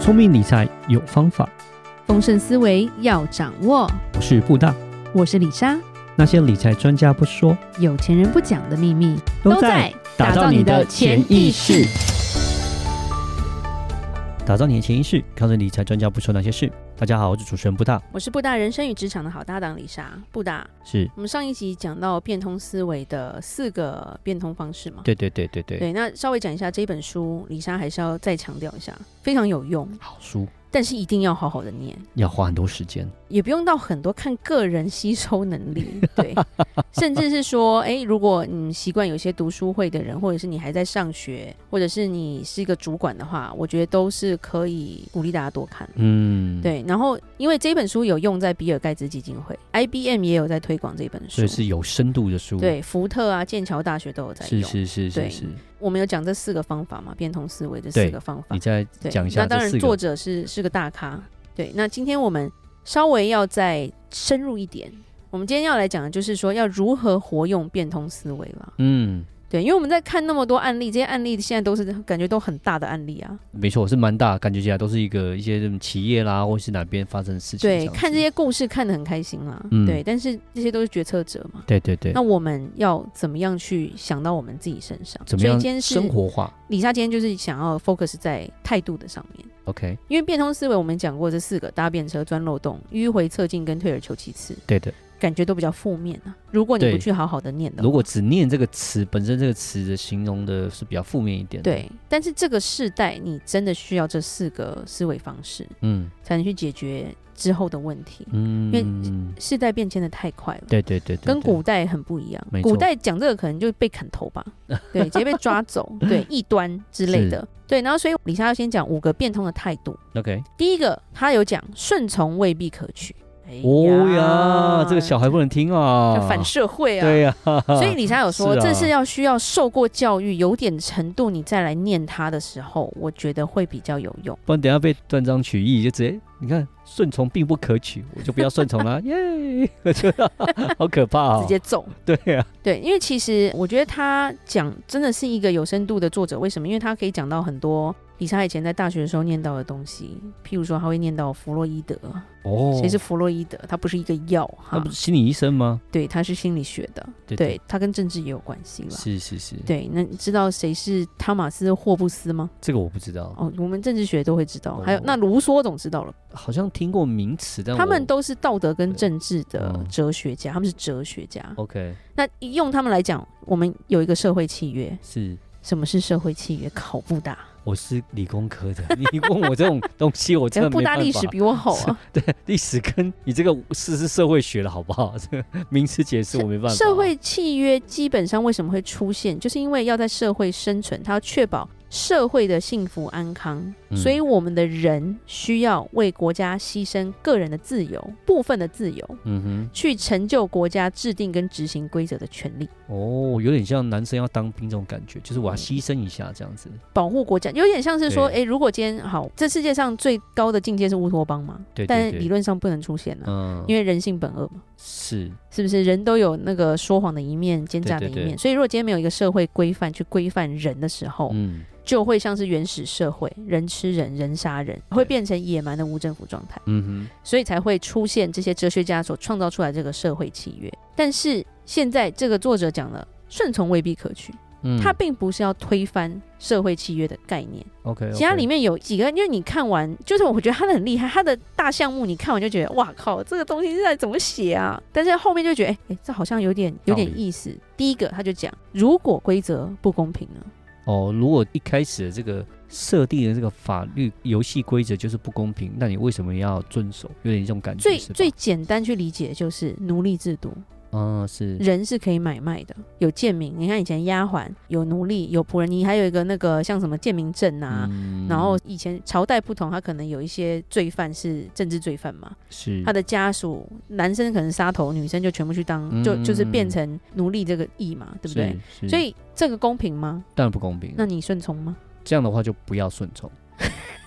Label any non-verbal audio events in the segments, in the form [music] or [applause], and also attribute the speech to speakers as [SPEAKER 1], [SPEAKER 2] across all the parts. [SPEAKER 1] 聪明理财有方法，
[SPEAKER 2] 丰盛思维要掌握。
[SPEAKER 1] 我是布大。
[SPEAKER 2] 我是李莎，
[SPEAKER 1] 那些理财专家不说，
[SPEAKER 2] 有钱人不讲的秘密
[SPEAKER 1] 打造你的潜意识。，打造你的潜意识，告诉理财专家不说那些事。大家好，我是主持人布大，
[SPEAKER 2] 我是布大人生与职场的好搭档李莎。布大，
[SPEAKER 1] 是
[SPEAKER 2] 我们上一集讲到变通思维的四个变通方式嘛？
[SPEAKER 1] 对对对对对，
[SPEAKER 2] 对，那稍微讲一下这本书，李莎还是要再强调一下，非常有用，
[SPEAKER 1] 好书
[SPEAKER 2] 但是一定要好好的念。
[SPEAKER 1] 要花很多时间，
[SPEAKER 2] 也不用到很多，看个人吸收能
[SPEAKER 1] [laughs]
[SPEAKER 2] 力，对，甚至是说，诶，如果你习惯有些读书会的人，或者是你还在上学，或者是你是一个主管的话，我觉得都是可以鼓励大家多看。
[SPEAKER 1] 嗯，，
[SPEAKER 2] 对，然后因为这本书有用在比尔盖茨基金会，IBM 也有在推广这本
[SPEAKER 1] 所
[SPEAKER 2] 书
[SPEAKER 1] 以，是有深度的书，，
[SPEAKER 2] 对，福特啊、剑桥大学都有在
[SPEAKER 1] 是
[SPEAKER 2] 用。
[SPEAKER 1] 是是
[SPEAKER 2] 对
[SPEAKER 1] 是是，
[SPEAKER 2] 我们有讲这四个方法嘛，变通思维这
[SPEAKER 1] 对
[SPEAKER 2] 四个方法
[SPEAKER 1] 你。再
[SPEAKER 2] 对，
[SPEAKER 1] 讲一下
[SPEAKER 2] 那当
[SPEAKER 1] 这
[SPEAKER 2] 然
[SPEAKER 1] 四，
[SPEAKER 2] 作
[SPEAKER 1] 个，
[SPEAKER 2] 者是是个大咖。对，那今天我们稍微要再深入一点。我们今天要来讲的就是说，要如何活用变通思维了。
[SPEAKER 1] 嗯，
[SPEAKER 2] 对，因为我们在看那么多案例，这些案例现在都是感觉都很大的案例啊。
[SPEAKER 1] 没错，是蛮大，感觉起来都是一个一些什么企业啦，或是哪边发生的事情，
[SPEAKER 2] 对，看
[SPEAKER 1] 样子，
[SPEAKER 2] 这些故事看得很开心啦。
[SPEAKER 1] 嗯
[SPEAKER 2] 对，但是这些都是决策者嘛。
[SPEAKER 1] 对对对
[SPEAKER 2] 那，我们要怎么样去想到我们自己身上？
[SPEAKER 1] 怎么
[SPEAKER 2] 所以今天
[SPEAKER 1] 样
[SPEAKER 2] 是
[SPEAKER 1] 生活化
[SPEAKER 2] 李莎今天就是想要 focus 在态度的上面，
[SPEAKER 1] ？OK，
[SPEAKER 2] 因为变通思维我们讲过这四个：搭便车、钻漏洞、迂回侧进跟退而求其次。
[SPEAKER 1] 对的。
[SPEAKER 2] 感觉都比较负面啊。如果你不
[SPEAKER 1] 对
[SPEAKER 2] 去好好的念的话，
[SPEAKER 1] 如果只念这个词本身，这个词的形容的是比较负面一点。，
[SPEAKER 2] 对，但是这个世代你真的需要这四个思维方式，
[SPEAKER 1] 嗯
[SPEAKER 2] 才能去解决之后的问题。因为
[SPEAKER 1] 嗯，
[SPEAKER 2] 世代变迁的太快了。
[SPEAKER 1] 对对对对，
[SPEAKER 2] 跟
[SPEAKER 1] 对
[SPEAKER 2] 古代很不一样
[SPEAKER 1] 没，错
[SPEAKER 2] 古代讲这个可能就被砍头
[SPEAKER 1] [laughs]
[SPEAKER 2] 吧，对，直接被抓走，对，异端之类的，对。然后，所以李莎要先讲五个变通的态度。
[SPEAKER 1] OK。
[SPEAKER 2] 第一个，他有讲顺从未必可取。哎
[SPEAKER 1] 哦呀，这个小孩不能听啊，
[SPEAKER 2] 就反社会啊，
[SPEAKER 1] 对呀，
[SPEAKER 2] 所以李莎有说，
[SPEAKER 1] 是啊
[SPEAKER 2] 这是要需要受过教育、有点程度，你再来念它的时候，我觉得会比较有用。
[SPEAKER 1] [laughs] 不然等下被断章取义，就直接你看顺从并不可取，我就不要顺从
[SPEAKER 2] [laughs]
[SPEAKER 1] 了，耶， [laughs] 我觉得好可怕
[SPEAKER 2] 直
[SPEAKER 1] 哦。
[SPEAKER 2] 接揍，
[SPEAKER 1] 对呀，
[SPEAKER 2] 对，因为其实我觉得他讲真的是一个有深度的作者，为什么？因为他可以讲到很多李莎以前在大学的时候念到的东西，譬如说他会念到弗洛伊德，
[SPEAKER 1] 哦，
[SPEAKER 2] 谁是啊弗洛伊德？他不是一个药
[SPEAKER 1] 那
[SPEAKER 2] 哈
[SPEAKER 1] 不，是心理医生吗？
[SPEAKER 2] 对，他是心理学的，
[SPEAKER 1] 对
[SPEAKER 2] 对，他跟政治也有关系了。
[SPEAKER 1] 是是是，
[SPEAKER 2] 对，那你知道谁是汤马斯霍布斯吗？
[SPEAKER 1] 这个我不知道，
[SPEAKER 2] 哦，我们政治学都会知道，
[SPEAKER 1] 哦
[SPEAKER 2] 还有那卢梭总知道了吧。
[SPEAKER 1] 好像听过名词，但
[SPEAKER 2] 他们
[SPEAKER 1] 我
[SPEAKER 2] 都是道德跟
[SPEAKER 1] 对
[SPEAKER 2] 政治的
[SPEAKER 1] 嗯哦
[SPEAKER 2] 哲学家，他们是哲学家。
[SPEAKER 1] OK
[SPEAKER 2] 那用他们来讲，我们有一个社会契约。
[SPEAKER 1] 是。
[SPEAKER 2] 什么是社会契约？考布大，
[SPEAKER 1] 我是理工科的， [laughs] 你问我这种东西，我真的
[SPEAKER 2] 布
[SPEAKER 1] 没
[SPEAKER 2] 大
[SPEAKER 1] 办法。
[SPEAKER 2] 历史比我好啊。
[SPEAKER 1] [laughs] 对历史跟你这个是是社会学了，好不好？ [laughs] 这个名词解释我没办法。
[SPEAKER 2] 社会契约基本上为什么会出现，就是因为要在社会生存，它要确保社会的幸福安康，
[SPEAKER 1] 嗯
[SPEAKER 2] 所以我们的人需要为国家牺牲个人的自由、部分的自由，
[SPEAKER 1] 嗯
[SPEAKER 2] 去成就国家制定跟执行规则的权利。
[SPEAKER 1] 哼，哦，有点像男生要当兵这种感觉，就是
[SPEAKER 2] 嗯
[SPEAKER 1] 我要牺牲一下这样子。
[SPEAKER 2] 保护国家，有点像是说，
[SPEAKER 1] 对
[SPEAKER 2] 诶，如果今天好，这世界上最高的境界是乌托邦嘛，
[SPEAKER 1] 对对
[SPEAKER 2] 但
[SPEAKER 1] 对
[SPEAKER 2] 理论上不能出现了、
[SPEAKER 1] 嗯，
[SPEAKER 2] 因
[SPEAKER 1] 为
[SPEAKER 2] 为人性本恶嘛，
[SPEAKER 1] 是
[SPEAKER 2] 是不是？人都有那个说谎的一面、奸诈的
[SPEAKER 1] 对
[SPEAKER 2] 一
[SPEAKER 1] 对
[SPEAKER 2] 面，
[SPEAKER 1] 对
[SPEAKER 2] 所以如果今天没有一个社会规范去规范人的时候，
[SPEAKER 1] 嗯
[SPEAKER 2] 就会像是原始社会，人吃人、人杀人，会变成野蛮的无政府状态，
[SPEAKER 1] 嗯
[SPEAKER 2] 所以才会出现这些哲学家所创造出来这个社会契约。但是现在这个作者讲了，顺从未必可取，
[SPEAKER 1] 哼，嗯
[SPEAKER 2] 他并不是要推翻社会契约的概念。
[SPEAKER 1] OK，
[SPEAKER 2] 其他里面有几个，因为你看完，就是我觉得他的很厉害，他的大项目你看完就觉得哇靠，这个东西是在怎么写啊？但是后面就觉得，哎、哎这好像有点有点
[SPEAKER 1] 道理
[SPEAKER 2] 意思。第一个他就讲，如果规则不公平呢？
[SPEAKER 1] 哦，如果一开始的这个设定的这个法律游戏规则就是不公平，那你为什么要遵守？有点这种感觉。
[SPEAKER 2] 最
[SPEAKER 1] 是吧
[SPEAKER 2] 最简单去理解的就是奴隶制度，
[SPEAKER 1] 嗯是
[SPEAKER 2] 人是可以买卖的，有贱民，你看以前丫鬟有奴隶有仆人，你还有一个那个像什么贱民证啊。
[SPEAKER 1] 嗯
[SPEAKER 2] 然后以前朝代不同，他可能有一些罪犯是政治罪犯嘛，
[SPEAKER 1] 是
[SPEAKER 2] 他的家属，男生可能杀头，女生就全部去当，
[SPEAKER 1] 嗯
[SPEAKER 2] 就就是变成奴隶这个义嘛，对不对？？
[SPEAKER 1] 是是嗯
[SPEAKER 2] 所以这个公平吗？
[SPEAKER 1] 当然不公平。
[SPEAKER 2] 那你顺从吗？
[SPEAKER 1] 这样的话就不要顺从。 [laughs]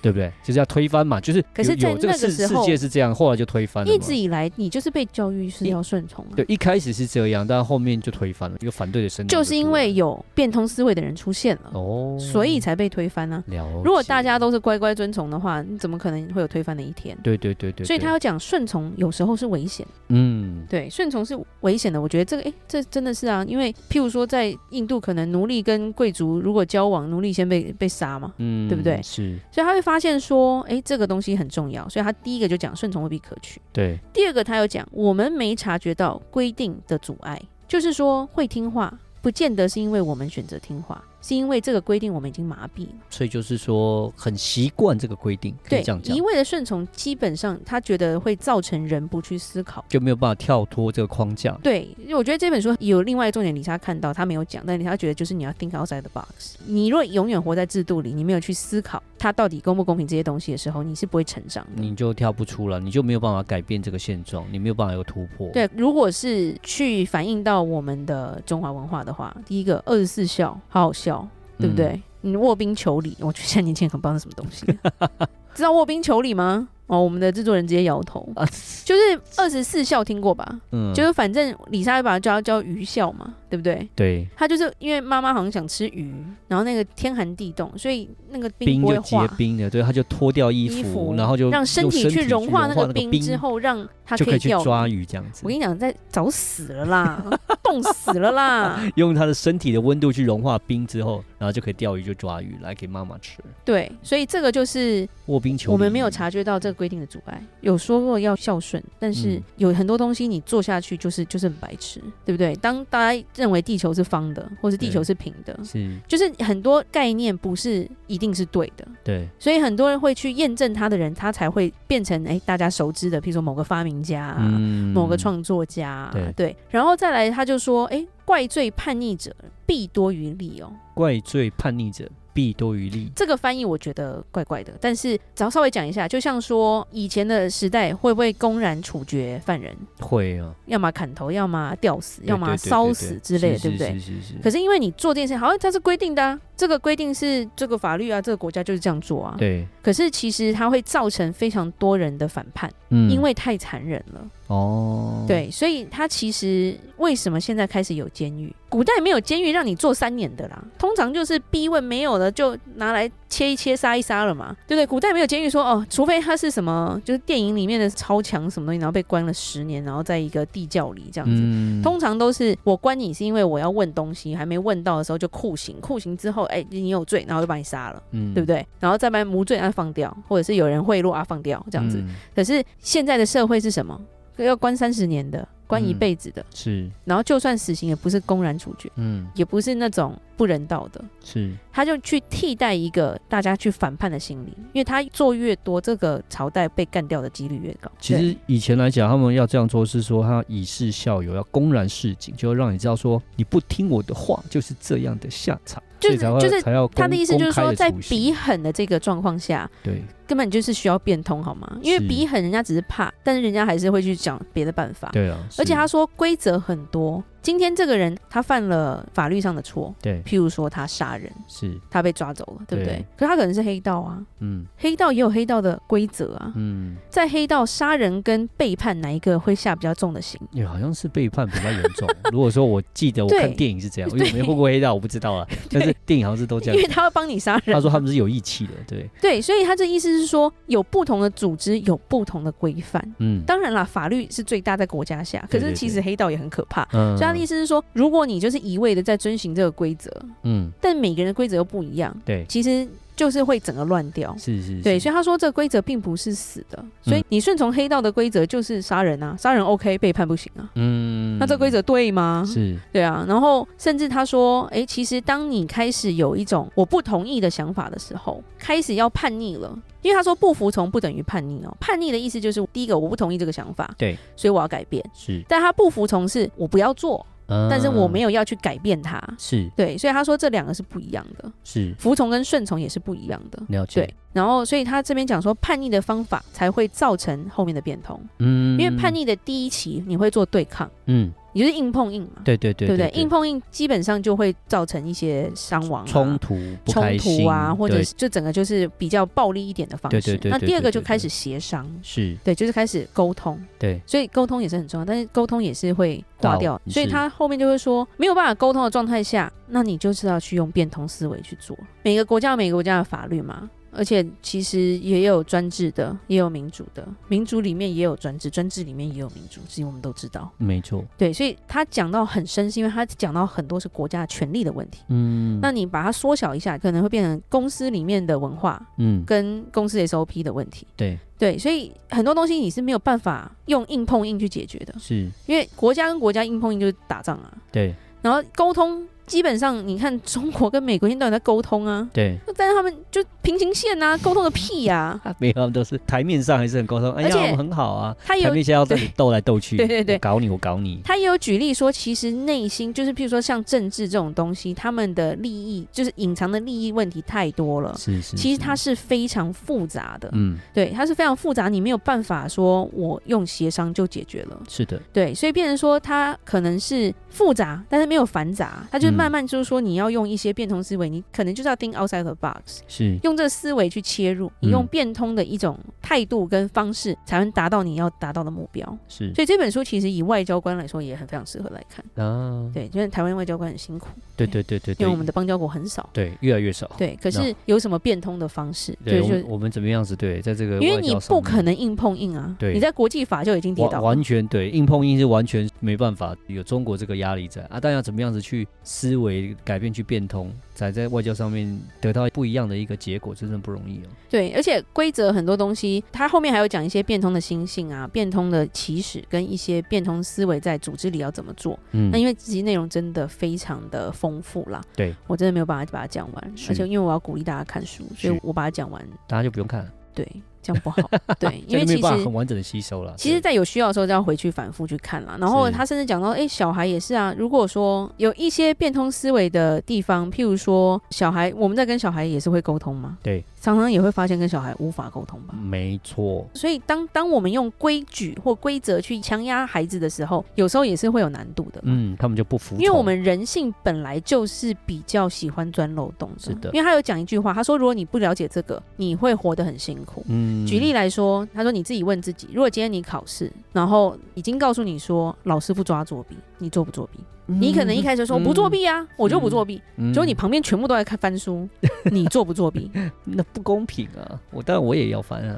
[SPEAKER 1] 对不对？就是要推翻嘛，就是
[SPEAKER 2] 可是
[SPEAKER 1] 有
[SPEAKER 2] 在
[SPEAKER 1] 有这
[SPEAKER 2] 那
[SPEAKER 1] 个
[SPEAKER 2] 个
[SPEAKER 1] 世
[SPEAKER 2] 时
[SPEAKER 1] 世
[SPEAKER 2] 候
[SPEAKER 1] 界是这样，后来就推翻了嘛。
[SPEAKER 2] 一直以来你就是被教育是要顺从啊，
[SPEAKER 1] 对，一开始是这样，但后面就推翻了，一个反对的声浪
[SPEAKER 2] 就
[SPEAKER 1] 出
[SPEAKER 2] 是因为有变通思维的人出现了，
[SPEAKER 1] 来了哦，
[SPEAKER 2] 所以才被推翻啊。
[SPEAKER 1] 了解。
[SPEAKER 2] 如果大家都是乖乖遵从的话，你怎么可能会有推翻的一天？
[SPEAKER 1] 对对对对，
[SPEAKER 2] 所以
[SPEAKER 1] 对
[SPEAKER 2] 他要讲顺从，有时候是危险。
[SPEAKER 1] 嗯，
[SPEAKER 2] 对，顺从是危险的。我觉得这个，哎，这真的是啊，因为譬如说，在印度，可能奴隶跟贵族如果交往，奴隶先被被杀嘛，
[SPEAKER 1] 嗯，
[SPEAKER 2] 对不对
[SPEAKER 1] 是，
[SPEAKER 2] 所以他会发现说，哎，这个东西很重要，所以他第一个就讲顺从未必可取。
[SPEAKER 1] 对，
[SPEAKER 2] 第二个，他有讲我们没察觉到规定的阻碍，就是说会听话，不见得是因为我们选择听话，是因为这个规定我们已经麻痹了。
[SPEAKER 1] 所以就是说很习惯这个规定，可以
[SPEAKER 2] 对
[SPEAKER 1] 这样，讲
[SPEAKER 2] 一，味的顺从，基本上他觉得会造成人不去思考。
[SPEAKER 1] 就没有办法跳脱这个框架。
[SPEAKER 2] 对，因为我觉得这本书有另外一个重点，李莎看到她没有讲，但李莎觉得就是你要 think outside the box。你若永远活在制度里，你没有去思考它到底公不公平这些东西的时候，你是不会成长的。
[SPEAKER 1] 你就跳不出来，你就没有办法改变这个现状，你没有办法有突破。，
[SPEAKER 2] 对，如果是去反映到我们的中华文化的话，第一个二十四孝，好好笑，对不对？
[SPEAKER 1] 嗯
[SPEAKER 2] 你卧冰求鲤，我觉得现在年轻人很棒是什么东西、
[SPEAKER 1] [laughs]
[SPEAKER 2] 知道卧冰求鲤吗？哦，我们的制作人直接摇头。
[SPEAKER 1] 啊
[SPEAKER 2] 就是二十四孝听过吧？
[SPEAKER 1] 嗯，
[SPEAKER 2] 就是反正李莎把它叫叫愚孝嘛，对不对？
[SPEAKER 1] 对，
[SPEAKER 2] 他就是因为妈妈好像想吃鱼，然后那个天寒地冻，所以那个
[SPEAKER 1] 冰
[SPEAKER 2] 不会
[SPEAKER 1] 就结
[SPEAKER 2] 化，
[SPEAKER 1] 冰了，对，他就脱掉衣服，
[SPEAKER 2] 衣服
[SPEAKER 1] 然后就
[SPEAKER 2] 让
[SPEAKER 1] 用身
[SPEAKER 2] 体去融
[SPEAKER 1] 化
[SPEAKER 2] 那
[SPEAKER 1] 个
[SPEAKER 2] 个冰之，后，让它
[SPEAKER 1] 就可以去
[SPEAKER 2] 钓
[SPEAKER 1] 抓
[SPEAKER 2] 鱼。
[SPEAKER 1] 鱼这样子
[SPEAKER 2] 我跟。你讲，在早死了啦， [laughs] 冻死了啦。
[SPEAKER 1] 用他的身体的温度去融化冰之后，然后就可以钓鱼，就抓鱼来给妈妈吃。
[SPEAKER 2] [laughs] 对，所以这个就是
[SPEAKER 1] 卧冰求
[SPEAKER 2] 我们
[SPEAKER 1] 鲤
[SPEAKER 2] 没有
[SPEAKER 1] 鱼，
[SPEAKER 2] 察觉到这个规定的阻碍。有说过要孝顺，但是
[SPEAKER 1] 嗯
[SPEAKER 2] 有很多东西你做下去就是就是很白痴，对不对？当大家认为地球是方的，或是地球
[SPEAKER 1] 对
[SPEAKER 2] 是平的，
[SPEAKER 1] 是
[SPEAKER 2] 就是很多概念不是一定是对的。
[SPEAKER 1] 对，
[SPEAKER 2] 所以很多人会去验证他的人，他才会变成哎大家熟知的，譬如说某个发明家、啊
[SPEAKER 1] 嗯
[SPEAKER 2] 某个创作家、啊
[SPEAKER 1] 对
[SPEAKER 2] 然后再来他就说，哎，怪罪叛逆者弊多于利哦。
[SPEAKER 1] 怪罪叛逆者弊多于利，
[SPEAKER 2] 这个翻译我觉得怪怪的，但是只要稍微讲一下，就像说以前的时代会不会公然处决犯人，
[SPEAKER 1] 会啊，
[SPEAKER 2] 要么砍头，要么吊死，
[SPEAKER 1] 对
[SPEAKER 2] 要么
[SPEAKER 1] 对对对
[SPEAKER 2] 烧
[SPEAKER 1] 对
[SPEAKER 2] 死之类的，
[SPEAKER 1] 是
[SPEAKER 2] 对不对？
[SPEAKER 1] 是是是
[SPEAKER 2] 可
[SPEAKER 1] 是，
[SPEAKER 2] 是因为你做这件事，好像它是规定的、啊，这个规定是这个法律啊，这个国家就是这样做啊。
[SPEAKER 1] 对，
[SPEAKER 2] 可是其实它会造成非常多人的反叛，
[SPEAKER 1] 嗯
[SPEAKER 2] 因为太残忍了。
[SPEAKER 1] 哦，，
[SPEAKER 2] 对，所以它其实为什么现在开始有监狱？古代没有监狱让你坐三年的啦，通常就是逼问没有了就拿来切一切、杀一杀了嘛，对不对？古代没有监狱说哦，除非他是什么，就是电影里面的超强什么东西，然后被关了十年，然后在一个地窖里这样子。
[SPEAKER 1] 嗯
[SPEAKER 2] 通常都是我关你是因为我要问东西，还没问到的时候就酷刑，酷刑之后，哎、你有罪，然后就把你杀了。
[SPEAKER 1] 嗯
[SPEAKER 2] 对不对？然后再把无罪案放掉，或者是有人贿赂啊放掉这样子。
[SPEAKER 1] 嗯
[SPEAKER 2] 可是现在的社会是什么？要关三十年的，
[SPEAKER 1] 嗯
[SPEAKER 2] 关一辈子的，
[SPEAKER 1] 是，
[SPEAKER 2] 然后就算死刑也不是公然处决，
[SPEAKER 1] 嗯
[SPEAKER 2] 也不是那种不人道的，
[SPEAKER 1] 是，
[SPEAKER 2] 他就去替代一个大家去反叛的心理，因为他做越多，这个朝代被干掉的几率越高。
[SPEAKER 1] 其
[SPEAKER 2] 对
[SPEAKER 1] 实以前来讲，他们要这样做是说，他要以示校友，要公然示警，就要让你知道说，你不听我的话，就是这样的下场，
[SPEAKER 2] 就
[SPEAKER 1] 所
[SPEAKER 2] 是
[SPEAKER 1] 以才会
[SPEAKER 2] 就是
[SPEAKER 1] 才要
[SPEAKER 2] 他的意思就是说，在比啊
[SPEAKER 1] 比
[SPEAKER 2] 狠的这个状况下，
[SPEAKER 1] 对
[SPEAKER 2] 根本就是需要变通，好吗？因为
[SPEAKER 1] 是
[SPEAKER 2] 比狠人家只是怕，但是人家还是会去讲别的办法。
[SPEAKER 1] 对啊，
[SPEAKER 2] 而且
[SPEAKER 1] 是
[SPEAKER 2] 他说规则很多，今天这个人他犯了法律上的错，
[SPEAKER 1] 对
[SPEAKER 2] 譬如说他杀人，
[SPEAKER 1] 是，
[SPEAKER 2] 他被抓走了，对不对？
[SPEAKER 1] 对
[SPEAKER 2] 可是他可能是黑道啊，
[SPEAKER 1] 嗯
[SPEAKER 2] 黑道也有黑道的规则啊，
[SPEAKER 1] 嗯，
[SPEAKER 2] 在黑道杀人跟背叛哪一个会下比较重的刑？
[SPEAKER 1] 也好像是背叛比较严
[SPEAKER 2] [laughs]
[SPEAKER 1] 重。如果说我记得我
[SPEAKER 2] 对
[SPEAKER 1] 看电影是
[SPEAKER 2] [laughs]
[SPEAKER 1] 这样，因为我没
[SPEAKER 2] 对
[SPEAKER 1] 混过黑道，我不知道
[SPEAKER 2] [laughs]
[SPEAKER 1] 啊，但是电影好像是都这
[SPEAKER 2] 因
[SPEAKER 1] 样
[SPEAKER 2] 为。他会帮你杀人。
[SPEAKER 1] 他说他们是有义气的，对，
[SPEAKER 2] 对，所以他这意思是说，有不同的组织有不同的规范。
[SPEAKER 1] 嗯，
[SPEAKER 2] 当然啦，法律是最大在国家下，可
[SPEAKER 1] 对
[SPEAKER 2] 是
[SPEAKER 1] 对
[SPEAKER 2] 其
[SPEAKER 1] 对
[SPEAKER 2] 实黑道也很可怕。
[SPEAKER 1] 嗯
[SPEAKER 2] 所以他的意思是说，如果你就是一味的在遵循这个规则，
[SPEAKER 1] 嗯，
[SPEAKER 2] 但每个人的规则又不一样，
[SPEAKER 1] 对，
[SPEAKER 2] 其实就是会整个乱掉。
[SPEAKER 1] 是是，
[SPEAKER 2] 对，
[SPEAKER 1] 是
[SPEAKER 2] 所以他说这个规则并不是死的，所
[SPEAKER 1] 嗯
[SPEAKER 2] 以你顺从黑道的规则就是杀人啊，杀人 OK，背叛不行啊。
[SPEAKER 1] 嗯，
[SPEAKER 2] 那这规则对吗？
[SPEAKER 1] 是
[SPEAKER 2] 对啊。然后甚至他说，诶，其实当你开始有一种我不同意的想法的时候，开始要叛逆了。因为他说不服从不等于叛逆哦，叛逆的意思就是第一个我不同意这个想法，
[SPEAKER 1] 对，
[SPEAKER 2] 所以我要改变。
[SPEAKER 1] 是，
[SPEAKER 2] 但他不服从是我不要做，但是我没
[SPEAKER 1] 有
[SPEAKER 2] 有要去改变它。
[SPEAKER 1] 嗯是
[SPEAKER 2] 对，所以他说这两个是不一样的，
[SPEAKER 1] 是
[SPEAKER 2] 服从跟顺从也是不一样的。
[SPEAKER 1] 了解
[SPEAKER 2] 对，，然后所以他这边讲说，叛逆的方法才会造成后面的变通，
[SPEAKER 1] 嗯
[SPEAKER 2] 因为叛，逆的第一期你会做对抗，
[SPEAKER 1] 嗯，
[SPEAKER 2] 你你就是硬碰硬嘛，
[SPEAKER 1] 对对对
[SPEAKER 2] 不对？硬碰硬基本上就会造成一些伤亡、啊
[SPEAKER 1] 冲、突、不
[SPEAKER 2] 冲
[SPEAKER 1] 开
[SPEAKER 2] 突
[SPEAKER 1] 心
[SPEAKER 2] 啊，或者
[SPEAKER 1] 对
[SPEAKER 2] 是就整个就是比较暴力一点的方
[SPEAKER 1] 对
[SPEAKER 2] 式。
[SPEAKER 1] 对对对
[SPEAKER 2] 那第二个
[SPEAKER 1] 对对
[SPEAKER 2] 就
[SPEAKER 1] 对
[SPEAKER 2] 开始协商，
[SPEAKER 1] 是，
[SPEAKER 2] 对，就是开始沟通。
[SPEAKER 1] 对
[SPEAKER 2] 所以沟通也是很重要，但是沟通也是会挂掉
[SPEAKER 1] 到。是
[SPEAKER 2] 所以他后面就会说，没有办法沟通的状态下，那你就是要去用变通思维去做。每个国家有每个国家的法律嘛，而且其实也有专制的，也有民主的，民主里面也有专制，专制里面也有民主，这些我们都知道。
[SPEAKER 1] 没错，
[SPEAKER 2] 对，所以他讲到很深，是因为他讲到很多是国家权力的问题。
[SPEAKER 1] 嗯，
[SPEAKER 2] 那你把它缩小一下，可能会变成公司里面的文化
[SPEAKER 1] 嗯，
[SPEAKER 2] 跟公司 SOP 的问题。
[SPEAKER 1] 对，
[SPEAKER 2] 对，所以很多东西你是没有办法用硬碰硬去解决的。
[SPEAKER 1] 是，
[SPEAKER 2] 因为国家跟国家硬碰硬就是打仗啊，
[SPEAKER 1] 对
[SPEAKER 2] 然后沟通基本上你看中国跟美国现在到底在沟通啊，
[SPEAKER 1] 对，
[SPEAKER 2] 但是他们就平行线啊，沟通个屁呀、
[SPEAKER 1] 啊没有，他们都是台面上还是很沟通，哎
[SPEAKER 2] 而
[SPEAKER 1] 呀，
[SPEAKER 2] 且
[SPEAKER 1] 我们很好啊，
[SPEAKER 2] 他也
[SPEAKER 1] 台
[SPEAKER 2] 有
[SPEAKER 1] 面下要跟你斗来斗去，
[SPEAKER 2] [laughs] 对对对
[SPEAKER 1] 我搞你，我搞你，
[SPEAKER 2] 他也有举例说，其实内心就是譬如说像政治这种东西，他们的利益就是隐藏的利益问题太多了。
[SPEAKER 1] 是是，
[SPEAKER 2] 其实
[SPEAKER 1] 是
[SPEAKER 2] 它，是非常复杂的，
[SPEAKER 1] 嗯，
[SPEAKER 2] 对，它是非常复杂，你没有办法说我用协商就解决了。
[SPEAKER 1] 是的，
[SPEAKER 2] 对，所以变成说它可能是复杂，但是没有繁杂，它就是
[SPEAKER 1] 嗯
[SPEAKER 2] 慢慢就是说你要用一些变通思维，你可能就是要 think outside the box，
[SPEAKER 1] 是
[SPEAKER 2] 用这个思维去切入，你用
[SPEAKER 1] 嗯
[SPEAKER 2] 变通的一种态度跟方式，才能达到你要达到的目标。
[SPEAKER 1] 是
[SPEAKER 2] 所以这本书其实以外交官来说也很非常适合来看，
[SPEAKER 1] 啊，
[SPEAKER 2] 对，因为台湾外交官很辛苦，
[SPEAKER 1] 对对对对
[SPEAKER 2] 因为我
[SPEAKER 1] 对
[SPEAKER 2] 们，的邦交国很少，
[SPEAKER 1] 对越来越少，
[SPEAKER 2] 对，可是有什么变通的方式？
[SPEAKER 1] 对，
[SPEAKER 2] 对，
[SPEAKER 1] 我
[SPEAKER 2] 就
[SPEAKER 1] 们我们怎么样子对，在这个
[SPEAKER 2] 因为
[SPEAKER 1] 外
[SPEAKER 2] 你
[SPEAKER 1] 交上
[SPEAKER 2] 不
[SPEAKER 1] 面
[SPEAKER 2] 可能硬碰硬啊，
[SPEAKER 1] 对
[SPEAKER 2] 你在国际法就已经跌
[SPEAKER 1] 完
[SPEAKER 2] 倒了
[SPEAKER 1] 完，全对，硬碰硬是完全没办法，有中国这个压力在啊。但要怎么样子去思维改变、去变通，才在外交上面得到不一样的一个结果，真的不容易哦。
[SPEAKER 2] 对，而且规则很多东西，它后面还有讲一些变通的心性啊、变通的起始跟一些变通思维在组织里要怎么做。
[SPEAKER 1] 嗯
[SPEAKER 2] 那因为这集内容真的非常的丰富啦，
[SPEAKER 1] 对
[SPEAKER 2] 我真的没有办法把它讲完，
[SPEAKER 1] 是
[SPEAKER 2] 而且因为我要鼓励大家看书，所以
[SPEAKER 1] 是
[SPEAKER 2] 我把它讲完，
[SPEAKER 1] 大家就不用看了，
[SPEAKER 2] 对，这样不好，
[SPEAKER 1] [laughs]
[SPEAKER 2] 对，因
[SPEAKER 1] 这
[SPEAKER 2] 为
[SPEAKER 1] 样就没
[SPEAKER 2] 其
[SPEAKER 1] 有办法
[SPEAKER 2] 实
[SPEAKER 1] 很。完整的吸收了。
[SPEAKER 2] 其实，在有需要的时候，就要回去反复去看啦。然后
[SPEAKER 1] 是
[SPEAKER 2] 他甚至讲到，哎、小孩也是啊。如果说有一些变通思维的地方，譬如说，小孩我们在跟小孩也是会沟通嘛，
[SPEAKER 1] 对，
[SPEAKER 2] 常常也会发现跟小孩无法沟通吧
[SPEAKER 1] 对。没错，
[SPEAKER 2] 所以当当我们用规矩或规则去强压孩子的时候，有时候也是会有难度的。
[SPEAKER 1] 嗯，他们就不服从，
[SPEAKER 2] 因为我们人性本来就是比较喜欢钻漏洞的，
[SPEAKER 1] 是的
[SPEAKER 2] 因为他有讲一句话，他说：“如果你不了解这个，你会活得很辛苦。
[SPEAKER 1] 嗯
[SPEAKER 2] 举例来说，他说：“你自己问自己，如果今天你考试，然后已经告诉你说老师不抓作弊，你作不作弊？你可能一开始说
[SPEAKER 1] 嗯
[SPEAKER 2] 不作弊啊，我就不作弊，
[SPEAKER 1] 嗯
[SPEAKER 2] 结果你旁边全部都在看翻书，你作不作弊？
[SPEAKER 1] 那不公平啊！我当然我也要翻啊，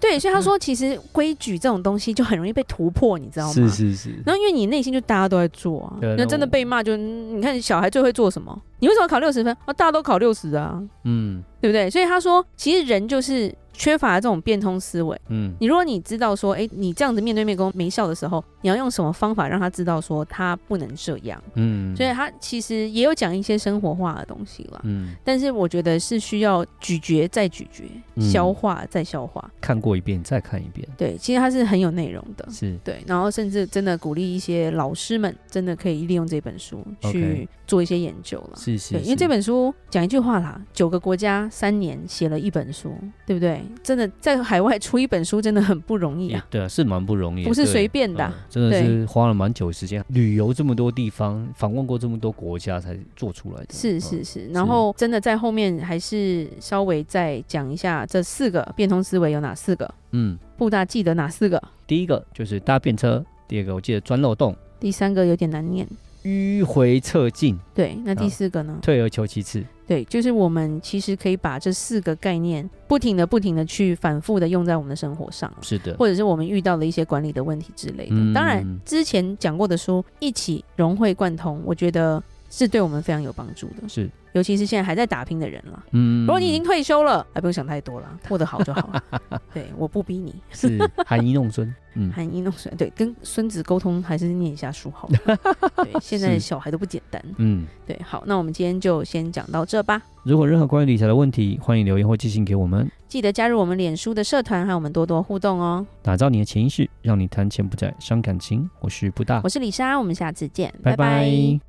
[SPEAKER 2] 对，所以他说，其实规矩这种东西就很容易被突破，你知道吗？
[SPEAKER 1] 是是是，
[SPEAKER 2] 然后因为你内心就大家都在做啊，
[SPEAKER 1] 对
[SPEAKER 2] 那
[SPEAKER 1] 那
[SPEAKER 2] 真的
[SPEAKER 1] 我
[SPEAKER 2] 被骂就嗯你看小孩最会做什么？你为什么考六十分？啊，大家都考六十啊，
[SPEAKER 1] 嗯
[SPEAKER 2] 对不对？所以他说，其实人就是缺乏这种变通思维。
[SPEAKER 1] 嗯，
[SPEAKER 2] 你如果你知道说，哎，你这样子面对面跟我没笑的时候，你要用什么方法让他知道说他不能这样？
[SPEAKER 1] 嗯，
[SPEAKER 2] 所以他其实也有讲一些生活化的东西啦。
[SPEAKER 1] 嗯，
[SPEAKER 2] 但是我觉得是需要咀嚼再咀嚼，
[SPEAKER 1] 嗯
[SPEAKER 2] 消化再消化。
[SPEAKER 1] 看过一遍再看一遍，
[SPEAKER 2] 对，其实它是很有内容的。
[SPEAKER 1] 是
[SPEAKER 2] 对，然后甚至真的鼓励一些老师们，真的可以利用这本书
[SPEAKER 1] OK
[SPEAKER 2] 去做一些研究了。
[SPEAKER 1] 是是，
[SPEAKER 2] 对，因为
[SPEAKER 1] 是
[SPEAKER 2] 这本书讲一句话啦，九个国家三年写了一本书，对不对？真的在海外出一本书真的很不容易
[SPEAKER 1] 也
[SPEAKER 2] 啊。
[SPEAKER 1] 对啊，是蛮不容易的，
[SPEAKER 2] 不是
[SPEAKER 1] 对
[SPEAKER 2] 随便的啊
[SPEAKER 1] 嗯真的
[SPEAKER 2] 对
[SPEAKER 1] 是花了蛮久的时间，旅游这么多地方，访问过这么多国家才做出来的。
[SPEAKER 2] 是
[SPEAKER 1] 嗯
[SPEAKER 2] 是是，然后真的在后面还是稍微再讲一下这四个变通思维有哪四个，
[SPEAKER 1] 嗯，
[SPEAKER 2] 布大记得哪四个？
[SPEAKER 1] 第一个就是搭便车，第二个我记得钻漏洞、
[SPEAKER 2] 第三个有点难念，
[SPEAKER 1] 迂回侧进、
[SPEAKER 2] 对，那第
[SPEAKER 1] 好
[SPEAKER 2] 四个呢？
[SPEAKER 1] 退而求其次。
[SPEAKER 2] 对，就是我们其实可以把这四个概念不停的、不停的去反复的用在我们的生活上，
[SPEAKER 1] 是的，
[SPEAKER 2] 或者是我们遇到的一些管理的问题之类的。
[SPEAKER 1] 嗯
[SPEAKER 2] 当然，之前讲过的书一起融会贯通，我觉得是对我们非常有帮助的，
[SPEAKER 1] 是
[SPEAKER 2] 尤其是现在还在打拼的人啦。
[SPEAKER 1] 嗯，
[SPEAKER 2] 如果你已经退休了，哎还不用想太多了，过得好就好
[SPEAKER 1] [laughs]
[SPEAKER 2] 了。对，我不逼你。
[SPEAKER 1] 是含饴 [laughs] 弄孙，嗯，
[SPEAKER 2] 含饴弄孙，对，跟孙子沟通还是念一下书好
[SPEAKER 1] [laughs]
[SPEAKER 2] 了。对，现在
[SPEAKER 1] 是
[SPEAKER 2] 小孩都不简单。
[SPEAKER 1] 嗯。
[SPEAKER 2] 对，好，那我们今天就先讲到这吧。
[SPEAKER 1] 如果有任何关于理财的问题，欢迎留言或寄信给我们。
[SPEAKER 2] 记得加入我们脸书的社团，和我们多多互动哦。
[SPEAKER 1] 打造你的潜意识，让你谈钱不再伤感情。我是布大
[SPEAKER 2] 我，是李莎，我们下次见，
[SPEAKER 1] 拜拜